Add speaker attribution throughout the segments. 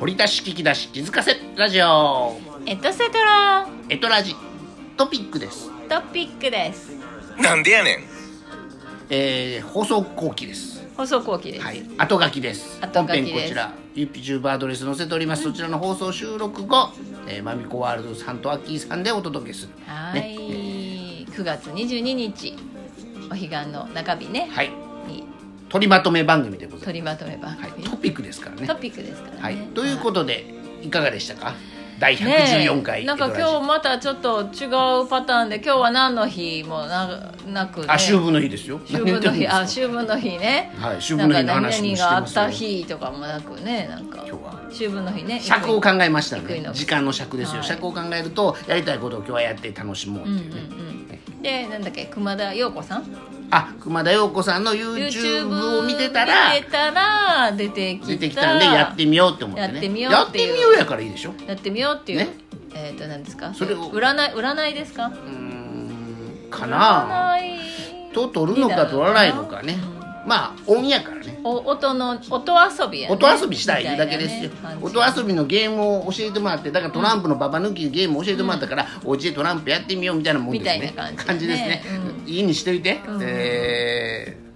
Speaker 1: 掘り出し聞き出し気づかせラジオ
Speaker 2: エトセトラ
Speaker 1: エトラジトピックです、
Speaker 2: トピックです
Speaker 3: なんでやねん
Speaker 1: えー、放送後期です
Speaker 2: 放送後期です、
Speaker 1: はい後書きです
Speaker 2: 後書きです
Speaker 1: 本編こちらゆっぴチューバーアドレス載せておりますそちらの放送収録後、えー、マミコワールドさんとアッキーさんでお届けする
Speaker 2: はい、9月22日お彼岸の中日ね、
Speaker 1: はい
Speaker 2: に
Speaker 1: 取りまとめ番組でござい
Speaker 2: 取りまとめ番
Speaker 1: ます、は
Speaker 2: 組、
Speaker 1: い、トピックですからね
Speaker 2: トピックですからね、
Speaker 1: はい、ということでいかがでしたか第
Speaker 2: ねえ
Speaker 1: 114回、
Speaker 2: なんか
Speaker 1: エトラジ
Speaker 2: 今日またちょっと違うパターンで今日は何の日もななく、ね、
Speaker 1: あ秋分の日ですよ
Speaker 2: 秋分の日あ
Speaker 1: 何
Speaker 2: 秋分の日ね
Speaker 1: はい秋分の日の話もしてますよ
Speaker 2: なんか何々があった日とかもなくねなんか
Speaker 1: 言ってるんですか今日は
Speaker 2: 秋分の日ね
Speaker 1: 尺を考えました
Speaker 2: 低い
Speaker 1: ね
Speaker 2: の
Speaker 1: 時間の尺ですよ、
Speaker 2: はい
Speaker 1: 尺を考えるとやりたいことを今日はやって楽しもうっていうね、
Speaker 2: でなんだっけ熊田曜子さん
Speaker 1: あ熊田曜子さんの YouTube を見てたら
Speaker 2: 見てたら出てきた
Speaker 1: 出てきたんでやってみようって思ってね
Speaker 2: やってみようっていう
Speaker 1: やってみようやからいいでしょ
Speaker 2: やってみようっていう、
Speaker 1: ね
Speaker 2: えっ、と何ですか
Speaker 1: それを
Speaker 2: 占い占いですか
Speaker 1: うーんかな
Speaker 2: 占い
Speaker 1: と取るのか取らないのかねまあ音やからね
Speaker 2: お音の音遊びや、ね、
Speaker 1: 音遊びしたいだけですよ
Speaker 2: み、たいなね
Speaker 1: 音遊びのゲームを教えてもらってだからトランプのババ抜きのゲームを教えてもらったから、お家でトランプやってみようみたいなもんですね
Speaker 2: みたいな感じ
Speaker 1: ですね、いいにしといて、えー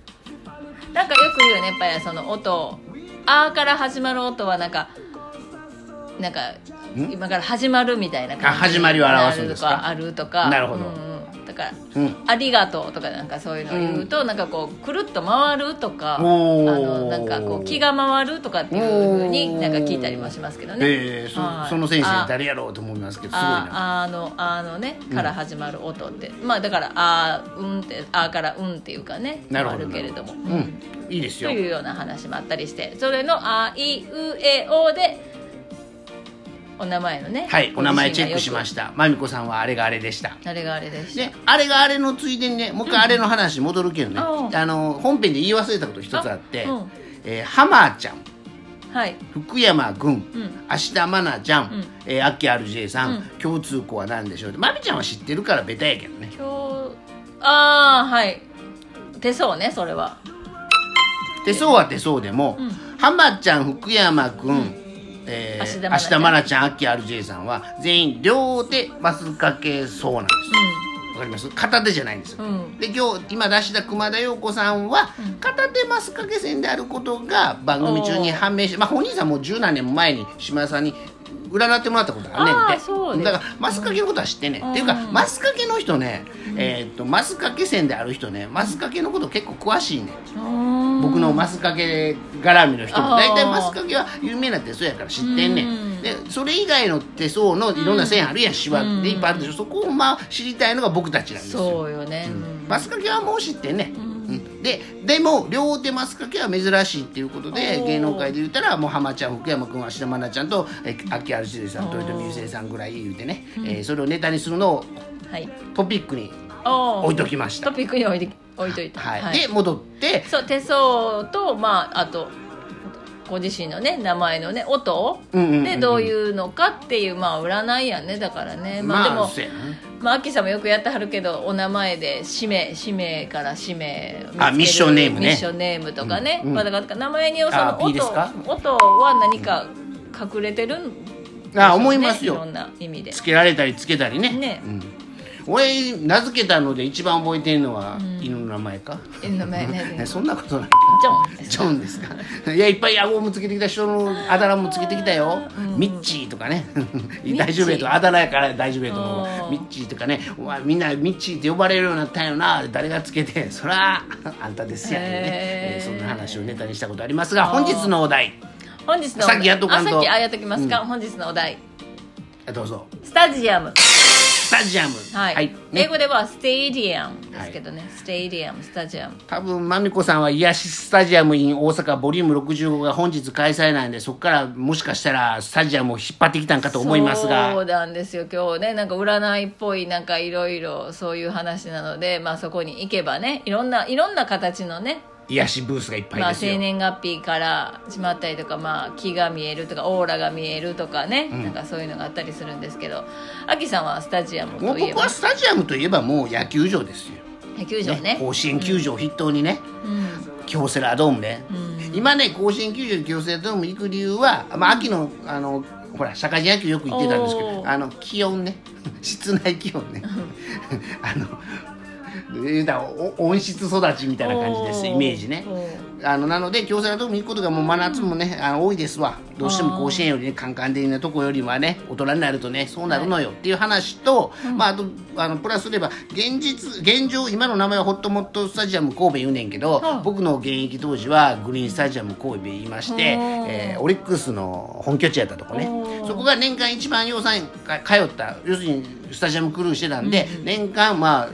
Speaker 2: なんかよく言うよねやっぱりその音「あ」から始まる音はなんかなんか今から始まるみたいな感じ
Speaker 1: あ始まりを表すんですか
Speaker 2: なるとかあるとか
Speaker 1: なるほど
Speaker 2: うんうんだから
Speaker 1: うん
Speaker 2: ありがとう」とかなんかそういうのを言うと、なんかこうくるっと回るとかあ
Speaker 1: おー
Speaker 2: のなんかこう気が回るとかっていうふうになんか聞いたりもしますけどね、
Speaker 1: ええそ
Speaker 2: はい
Speaker 1: その選手
Speaker 2: あ
Speaker 1: 誰やろうと思いますけどすごいな
Speaker 2: ああのあのねから始まる音って、まあだからあーうんってあーからうんっていうかね
Speaker 1: なるほど
Speaker 2: あるけれども、
Speaker 1: うんいいです
Speaker 2: と
Speaker 1: よ
Speaker 2: いうような話もあったりしてそれのあいうえおでお名前のね
Speaker 1: はいお名前チェックしま
Speaker 2: し
Speaker 1: したまみこさんはあれがあれでした
Speaker 2: たあれがあれでした
Speaker 1: であれがあれのついでにねもう一回あれの話に戻るけどね、
Speaker 2: ああ
Speaker 1: あの本編で言い忘れたこと一つあって
Speaker 2: あうん
Speaker 1: えーハマーちゃん
Speaker 2: はい
Speaker 1: 福山君、
Speaker 2: ん
Speaker 1: 芦田愛菜ちゃん、
Speaker 2: うん
Speaker 1: えー、秋 RJ さん、
Speaker 2: うん
Speaker 1: 共通項は何でしょうまみちゃんは知ってるからベタやけどね
Speaker 2: 今日ああはい手相ねそれは
Speaker 1: 手相は手相でも、
Speaker 2: うん
Speaker 1: 浜ちゃん福山君、え
Speaker 2: 芦
Speaker 1: ー、
Speaker 2: 田
Speaker 1: 芦
Speaker 2: 愛
Speaker 1: 田
Speaker 2: 菜
Speaker 1: 愛菜ちゃん秋 RJ さんは全員両手マスかけそうなんですわかります片手じゃないんですよ、
Speaker 2: うん
Speaker 1: で今日今出した熊田曜子さんは
Speaker 2: うん
Speaker 1: 片手マス掛け線であることが番組中に判明して、まあ、本人さんも十何年も前に島田さんに占ってもらったことあんねん
Speaker 2: あーそ
Speaker 1: て
Speaker 2: うです
Speaker 1: だからマス掛けのことは知ってんね、ん、
Speaker 2: うん
Speaker 1: っていうかマス掛けの人ね、えー、とマス掛け線である人ねマス掛けのこと結構詳しいねん
Speaker 2: うん
Speaker 1: 僕のマス掛け絡みの人も
Speaker 2: あー
Speaker 1: 大体マス掛けは有名な手相やから知ってんね
Speaker 2: うんん
Speaker 1: でそれ以外の手相のいろんな線あるやんしわでいっぱいあるでしょそこをまあ知りたいのが僕たちなんですよ
Speaker 2: そうよね、うん
Speaker 1: マス掛けはもう知ってんね、
Speaker 2: う
Speaker 1: うんででも両手マス掛けは珍しいっていうことで
Speaker 2: おー
Speaker 1: 芸能界で言ったらもう浜ちゃん福山君芦田愛菜ちゃんとえ秋春千里さん豊臣優生さんぐらい言うてね、えーそれをネタにするのを
Speaker 2: はい
Speaker 1: トピックに
Speaker 2: お
Speaker 1: 置いときました
Speaker 2: トピックに置いて置いといた
Speaker 1: はい、で戻って
Speaker 2: そう手相とまああとご自身のね名前のね音
Speaker 1: うんうんうんうん
Speaker 2: でどういうのかっていうまあ占いやねだからねまあで
Speaker 1: まあ
Speaker 2: も
Speaker 1: そうやな
Speaker 2: まあアッキーさんもよくやってはるけどお名前で氏名氏名から氏名
Speaker 1: あ
Speaker 2: 見つけ
Speaker 1: ミッショ
Speaker 2: る
Speaker 1: ンネームね
Speaker 2: ミッションネームとかね、
Speaker 1: うんうん
Speaker 2: まあだから名前にそ
Speaker 1: あ
Speaker 2: の
Speaker 1: いいです
Speaker 2: 音
Speaker 1: か
Speaker 2: 音は何か隠れてるんでしょうね
Speaker 1: あ思いますよ
Speaker 2: いろんな意味で
Speaker 1: つけられたりつけたりね
Speaker 2: ね
Speaker 1: うん、俺名付けたので一番覚えてるのは犬の名前か、
Speaker 2: え名前ね
Speaker 1: え
Speaker 2: ジ
Speaker 1: そんなことない
Speaker 2: ョンです
Speaker 1: ちゃうんです かいやいっぱい顎もつけてきた人のあだ名もつけてきたよ、ミッチーとかね
Speaker 2: ー
Speaker 1: 大丈夫やとあだ名やから大丈夫やと思
Speaker 2: お
Speaker 1: う
Speaker 2: ー
Speaker 1: ミッチーとかねうわみんなミッチーって呼ばれるようになったんよな誰がつけてそらあんたですやね、
Speaker 2: へ
Speaker 1: え
Speaker 2: ー
Speaker 1: ーそんな話をネタにしたことありますが本日のお題
Speaker 2: 本日の
Speaker 1: さっきやっとかんと
Speaker 2: あさっきあやっときますか、本日のお題
Speaker 1: あどうぞ
Speaker 2: スタジアム
Speaker 1: スタジアム
Speaker 2: はい、
Speaker 1: ね
Speaker 2: 英語ではステイディアムですけどね、ステイディアムスタジアム
Speaker 1: 多分まみこさんは癒しスタジアム in 大阪ボリューム65が本日開催なんでそこからもしかしたらスタジアムを引っ張ってきたんかと思います
Speaker 2: そう
Speaker 1: が
Speaker 2: なんですよ今日ねなんか占いっぽいなんかいろいろそういう話なのでまあそこに行けばねいろんないろんな形のね、
Speaker 1: 癒しブースがいっぱ
Speaker 2: ま
Speaker 1: い
Speaker 2: あ
Speaker 1: ですよ、
Speaker 2: 生年月日からしまったりとかまあ気が見えるとかオーラが見えるとかね、なんかそういうのがあったりするんですけどアキさんはスタジアム
Speaker 1: もう
Speaker 2: といえ
Speaker 1: 僕は
Speaker 2: ば
Speaker 1: スタジアムといえばもう野球場ですよ、
Speaker 2: 野球場ね
Speaker 1: 甲子園球場を筆頭にね、京セラドームね、今ね甲子園球場に京セラドーム行く理由は、まあ、秋のあのほら社会人野球よく行ってたんですけ
Speaker 2: お
Speaker 1: ど
Speaker 2: ー
Speaker 1: あの気温ね 室内気温ね あの言うたらお温室育ちみたいな感じですイメージね
Speaker 2: おー
Speaker 1: あのなので京セラドーム行くことがもう真夏もね、あの多いですわどうしても甲子園よりねカンカン的なとこよりはね大人になるとねそうなるのよっていう話と、まあ、あとあのプラスすれば現実現状今の名前はホットモットスタジアム神戸言うねんけど、
Speaker 2: はい
Speaker 1: 僕の現役当時はグリーンスタジアム神戸言いまして、
Speaker 2: うん
Speaker 1: えーオリックスの本拠地やったとこね
Speaker 2: うん
Speaker 1: そこが年間一番予算か通った要するにスタジアムクルーしてたんで、年間まあ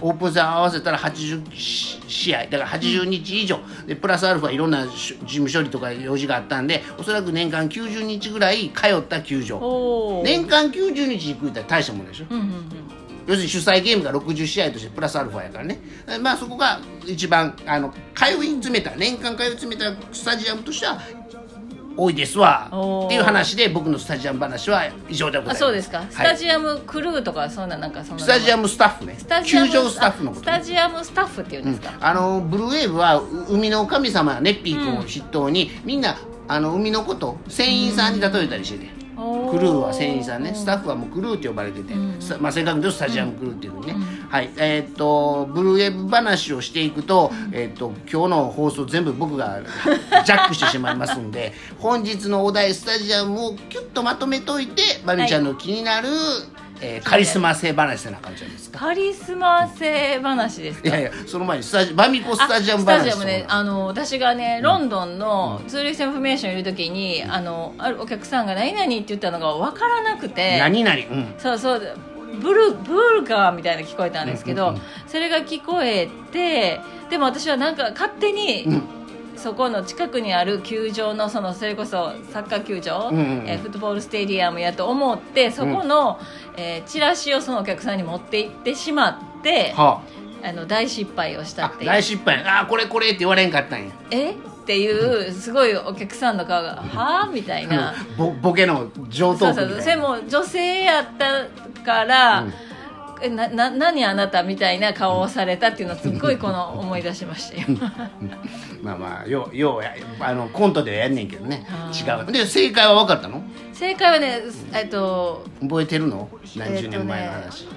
Speaker 1: オープン戦合わせたら80試合だから80日以上でプラスアルファいろんなし事務処理とか用事があったんでおそらく年間90日ぐらい通った球場
Speaker 2: おー
Speaker 1: 年間90日行くって大したもんでしょ
Speaker 2: うんうんうん
Speaker 1: 要するに主催ゲームが60試合としてプラスアルファやからねまあそこが一番あの通い詰めた年間通い詰めたスタジアムとしては多いですわ
Speaker 2: おー
Speaker 1: っていう話で僕のスタジアム話は以上でございま
Speaker 2: あ
Speaker 1: す
Speaker 2: そうですかス
Speaker 1: は
Speaker 2: タ
Speaker 1: い、
Speaker 2: ジアムクルーとかそんななんかそんな
Speaker 1: スタジア
Speaker 2: ム
Speaker 1: ムスタッフね
Speaker 2: スタジア
Speaker 1: 球
Speaker 2: ム
Speaker 1: 場スタッフのこ
Speaker 2: ス
Speaker 1: とね、
Speaker 2: タジアムスタッフっていうんですか、
Speaker 1: あのブルーウェーブはう海の神様ネッピー君を筆頭に、みんなあの海のこと船員さんに例えたりしてて、
Speaker 2: お
Speaker 1: クルーは船員さんねスタッフはもうクルーって呼ばれてて、スタまあ、正確に言うとスタジアムクルーっていうふうにね、はいえーっとブルーウェーブ話をしていくと,、えーっと今日の放送全部僕がジャックしてしまいますん で本日のお題スタジアムをキュッとまとめといてまみちゃんの気になる、えーカリスマ性話ってな感じなんですか
Speaker 2: カリスマ性話です
Speaker 1: い
Speaker 2: か
Speaker 1: やいやその前にスタジバミコスタジアム
Speaker 2: あ
Speaker 1: 話
Speaker 2: スタジアムねあの私がねロンドンのツーリストインフォメーションいる時に、あのあるお客さんが「何々」って言ったのが分からなくて
Speaker 1: 何々、うん、
Speaker 2: そうそうブルブルガーみたいな聞こえたんですけど、それが聞こえてでも私はなんか勝手に、そこの近くにある球場のそのそれこそサッカー球場、
Speaker 1: うんうんうん
Speaker 2: えーフットボールステディアムやと思ってそこの、えーチラシをそのお客さんに持って行ってしまって
Speaker 1: は
Speaker 2: あの大失敗をし
Speaker 1: あ
Speaker 2: たっ
Speaker 1: あ
Speaker 2: ていう
Speaker 1: 大失敗ああこれこれって言われんかったんや
Speaker 2: えっていうすごいお客さんの顔が「はあ?」みたいな
Speaker 1: ぼボケの上
Speaker 2: そ
Speaker 1: 等
Speaker 2: うそう
Speaker 1: 句
Speaker 2: そう
Speaker 1: み
Speaker 2: そ
Speaker 1: た
Speaker 2: れ
Speaker 1: いな
Speaker 2: も女性やったから、えなな何あなたみたいな顔をされたっていうのをすっごいこの思い出しましたよ
Speaker 1: まあまあようようやあのコントではやんねんけどね
Speaker 2: あ
Speaker 1: 違
Speaker 2: ー
Speaker 1: うで正解は分かったの
Speaker 2: 正解はねえっと
Speaker 1: 覚えてるの何
Speaker 2: え
Speaker 1: 十
Speaker 2: ーとね
Speaker 1: 年前の話、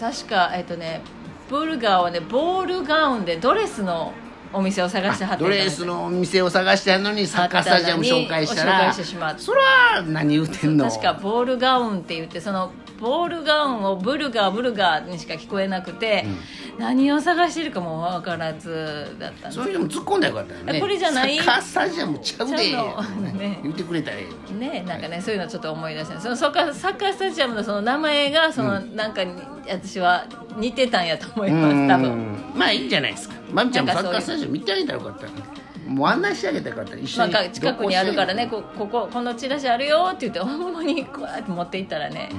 Speaker 2: 確かえっとねブルガーはねボールガウンでドレスのお店を探しては
Speaker 1: あ
Speaker 2: って
Speaker 1: ドレスのお店を探してんのにサッカースタジアム紹介した
Speaker 2: あったのに
Speaker 1: ら
Speaker 2: 紹介してしまった
Speaker 1: そら何言ってんの
Speaker 2: 確かボールガウンって言ってそのボールガウンをブルガーブルガーにしか聞こえなくて、何を探してるかも分からずだったんです
Speaker 1: そういうのも突っ込んだらよかったよね
Speaker 2: えこれじゃない
Speaker 1: サッカースタジアムちゃうで
Speaker 2: ちゃうのね
Speaker 1: 言ってくれたらええ
Speaker 2: ねなんかね、そういうのちょっと思い出したそのそっかサッカースタジアムのその名前がその、なんかに私は似てたんやと思います多分
Speaker 1: うんまあいいんじゃないですかまみちゃんも
Speaker 2: な
Speaker 1: サ
Speaker 2: んか
Speaker 1: ッ
Speaker 2: そ
Speaker 1: カースタ
Speaker 2: ういう
Speaker 1: ジアム見てあげたらよかったねもう案内してあげたらよかったね一緒
Speaker 2: ま
Speaker 1: に
Speaker 2: あ、近くにあるからねここここのチラシあるよって言ってほんまにこうやって持って行ったらね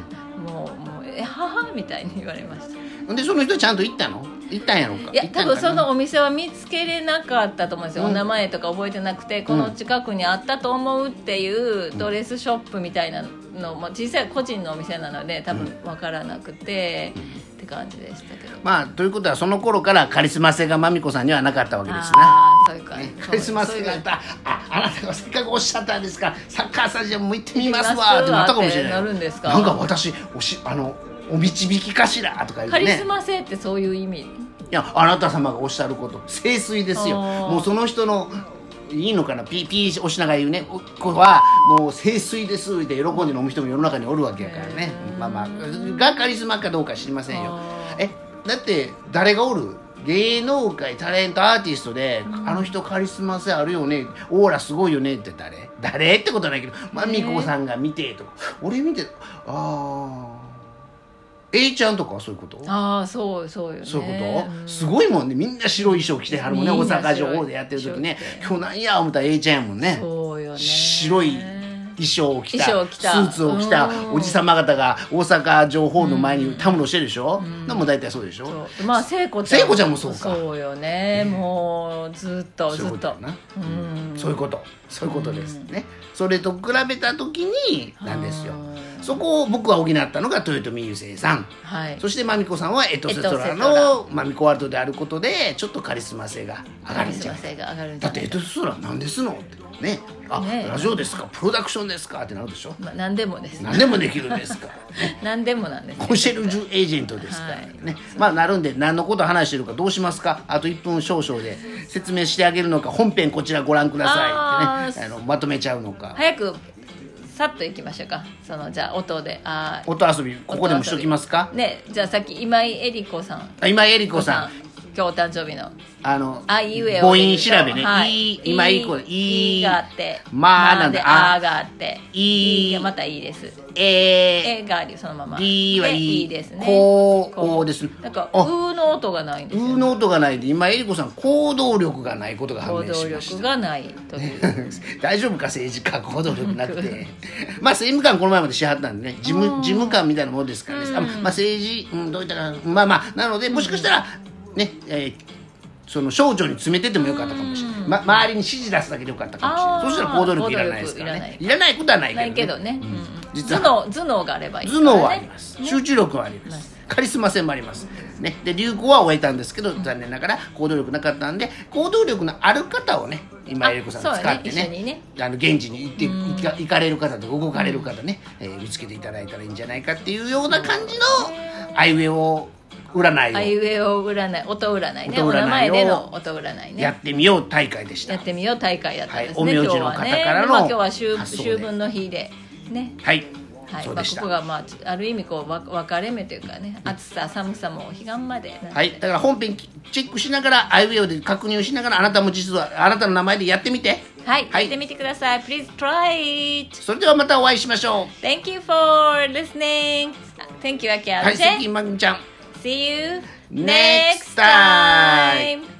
Speaker 2: もうもうえ母みたいに言われました
Speaker 1: でその人ちゃんと行ったの行ったんやろうか
Speaker 2: いや
Speaker 1: 行った
Speaker 2: 多
Speaker 1: んか
Speaker 2: 分
Speaker 1: な
Speaker 2: そのお店は見つけれなかったと思うんですよ、お名前とか覚えてなくてこの近くにあったと思うっていうドレスショップみたいなのも小さい個人のお店なので多分分からなくて、って感じでしたけど、
Speaker 1: まあということはその頃からカリスマ性がまみこさんにはなかったわけですな
Speaker 2: ああそういうか、
Speaker 1: ねカリスマ
Speaker 2: そう
Speaker 1: 性
Speaker 2: いう
Speaker 1: があ
Speaker 2: か
Speaker 1: ったああなたがせっかくおっしゃったんですからサッカースタジアムも行ってみます
Speaker 2: 行ってみますわ
Speaker 1: わってなったかもしれない
Speaker 2: ってなるんですか
Speaker 1: なんか私おしあのお導きかしらとか言
Speaker 2: カ
Speaker 1: う
Speaker 2: リ
Speaker 1: ね
Speaker 2: スマ性ってそういう意味
Speaker 1: いやあなた様がおっしゃること清水ですよ
Speaker 2: あー
Speaker 1: もうその人のいいのかなピーピー押しながら言うねお子はもう清水ですって喜んで飲む人も世の中におるわけやからねまあまあがカリスマかどうか知りませんよ
Speaker 2: あー
Speaker 1: えだって誰がおる芸能界タレントアーティストで、あの人カリスマ性あるよねオーラすごいよねって誰誰ってことはないけどまみこさんが見てとか俺見てああ A ちゃんとかはそういうこと
Speaker 2: ああそうそうよね
Speaker 1: そういうこと、すごいもんねみんな白い衣装着てはるもんね
Speaker 2: み
Speaker 1: 大
Speaker 2: んな白
Speaker 1: 阪
Speaker 2: い
Speaker 1: 城ホールでやってる時ね今
Speaker 2: 白い
Speaker 1: 日なんや思ったらええちゃんやもんね
Speaker 2: そうよね
Speaker 1: 白い衣装を着た
Speaker 2: 衣装を着た
Speaker 1: スーツを着た
Speaker 2: うん
Speaker 1: おじ様方が大阪城ホールの前にたむろしてるでしょ、でも大体そうでしょ
Speaker 2: そうまあ聖子ちゃん
Speaker 1: 聖子ちゃんもそうか
Speaker 2: そうよねもうずっと
Speaker 1: そう
Speaker 2: ず
Speaker 1: いうこ
Speaker 2: っ
Speaker 1: とや
Speaker 2: と
Speaker 1: な
Speaker 2: うん
Speaker 1: そういうことそういうことですね、それと比べた時になんですよ
Speaker 2: うん
Speaker 1: そこを僕は補ったのが豊臣優生さん
Speaker 2: はい
Speaker 1: そしてまみこさんはエトセトラ
Speaker 2: エト
Speaker 1: のまみこワールドであることでちょっとカリスマ性が上がるんじゃない
Speaker 2: 性が上がるんじ
Speaker 1: だ
Speaker 2: ゃ
Speaker 1: っ
Speaker 2: な
Speaker 1: てエ
Speaker 2: い
Speaker 1: トセトラなんですのってねあ
Speaker 2: ね
Speaker 1: ラジオですかプロダクションですかってなるでしょ
Speaker 2: まあ何でもです
Speaker 1: 何でもできるんですから
Speaker 2: 何でもなんです
Speaker 1: コンシェルジュエージェントですからね、まあなるんで何のこと話してるかどうしますかあと1分少々で説明してあげるのか本編こちらご覧くださいってねあのまとめちゃうのか、
Speaker 2: 早くさっといきましょうかそのじゃあ音であー
Speaker 1: 音遊びここでもしときますか
Speaker 2: ねじゃあさっき今井絵理子さん
Speaker 1: あ今井絵理子さん
Speaker 2: 今日お誕生日の
Speaker 1: あの
Speaker 2: あいうえ
Speaker 1: 母
Speaker 2: お
Speaker 1: 音調べね、
Speaker 2: はい
Speaker 1: い、い今絵理子
Speaker 2: い
Speaker 1: い
Speaker 2: い
Speaker 1: い
Speaker 2: があって
Speaker 1: まあなん
Speaker 2: で
Speaker 1: で
Speaker 2: あ
Speaker 1: あ
Speaker 2: ーがあって
Speaker 1: いい
Speaker 2: がまたいいです
Speaker 1: え
Speaker 2: えがあるよそのまま
Speaker 1: ー、りはい
Speaker 2: で
Speaker 1: い
Speaker 2: いいですね
Speaker 1: こう
Speaker 2: こ
Speaker 1: こ
Speaker 2: う
Speaker 1: うです
Speaker 2: なんかう
Speaker 1: あ
Speaker 2: ーの音がないんです
Speaker 1: う
Speaker 2: よ
Speaker 1: の音がないで今絵理子さん行動力がないことが判
Speaker 2: 行
Speaker 1: 明
Speaker 2: 動
Speaker 1: しました
Speaker 2: 力がないという
Speaker 1: 大丈夫か政治家行動力なくて まあ政務官この前までしはったんでね事務事務官みたいなものですからね、あまあ政治、うん、どういったかなまあまあなのでもしかしたらね、えーその少女に詰めててもよかったかもしれない、ま、周りに指示出すだけでよかったかもしれな
Speaker 2: あー
Speaker 1: いそしたら行動力いらないですから
Speaker 2: 行動
Speaker 1: ね
Speaker 2: 力
Speaker 1: いらないことはない
Speaker 2: ない
Speaker 1: け
Speaker 2: け
Speaker 1: ど
Speaker 2: ど
Speaker 1: ね
Speaker 2: ね、うん
Speaker 1: 実は
Speaker 2: 頭脳頭脳があればいい、
Speaker 1: 頭脳はあります、
Speaker 2: ね
Speaker 1: 集中力はありますカリスマ性もあります、ね、で流行は終えたんですけど残念ながら行動力なかったんで行動力のある方をね今江里子さん
Speaker 2: あ
Speaker 1: 使って
Speaker 2: そうやね一緒にね
Speaker 1: あの現地に行って行か行かれる方とか動かれる方ね、えー見つけていただいたらいいんじゃないかっていうような感じのアイウェイを占いを
Speaker 2: あいうえお占い音占いね
Speaker 1: 音占いを
Speaker 2: お名前での音占いね
Speaker 1: やってみよう大会でした
Speaker 2: やってみよう大会やったんですね、
Speaker 1: はいお名
Speaker 2: 今
Speaker 1: 字
Speaker 2: 日
Speaker 1: の
Speaker 2: は
Speaker 1: 方
Speaker 2: ね
Speaker 1: からの
Speaker 2: まあ、今日は秋
Speaker 1: 発想で
Speaker 2: 秋分の日でね
Speaker 1: はい、
Speaker 2: はい
Speaker 1: そう
Speaker 2: まあ、
Speaker 1: でし
Speaker 2: こ
Speaker 1: た、
Speaker 2: こが、まあ、ある意味こうわ分かれ目というかね暑さ寒さもお彼岸までなんで
Speaker 1: はい、だから本編チェックしながらアイウェイをで確認をしながらあなたも実はあなたの名前でやってみて
Speaker 2: はい、
Speaker 1: はい
Speaker 2: やってみてください Please try it
Speaker 1: それではまたお会いしましょう
Speaker 2: Thank you for listening Thank you
Speaker 1: はい、
Speaker 2: Akiache、
Speaker 1: 関まみちゃん。
Speaker 2: See you
Speaker 1: Next
Speaker 2: next time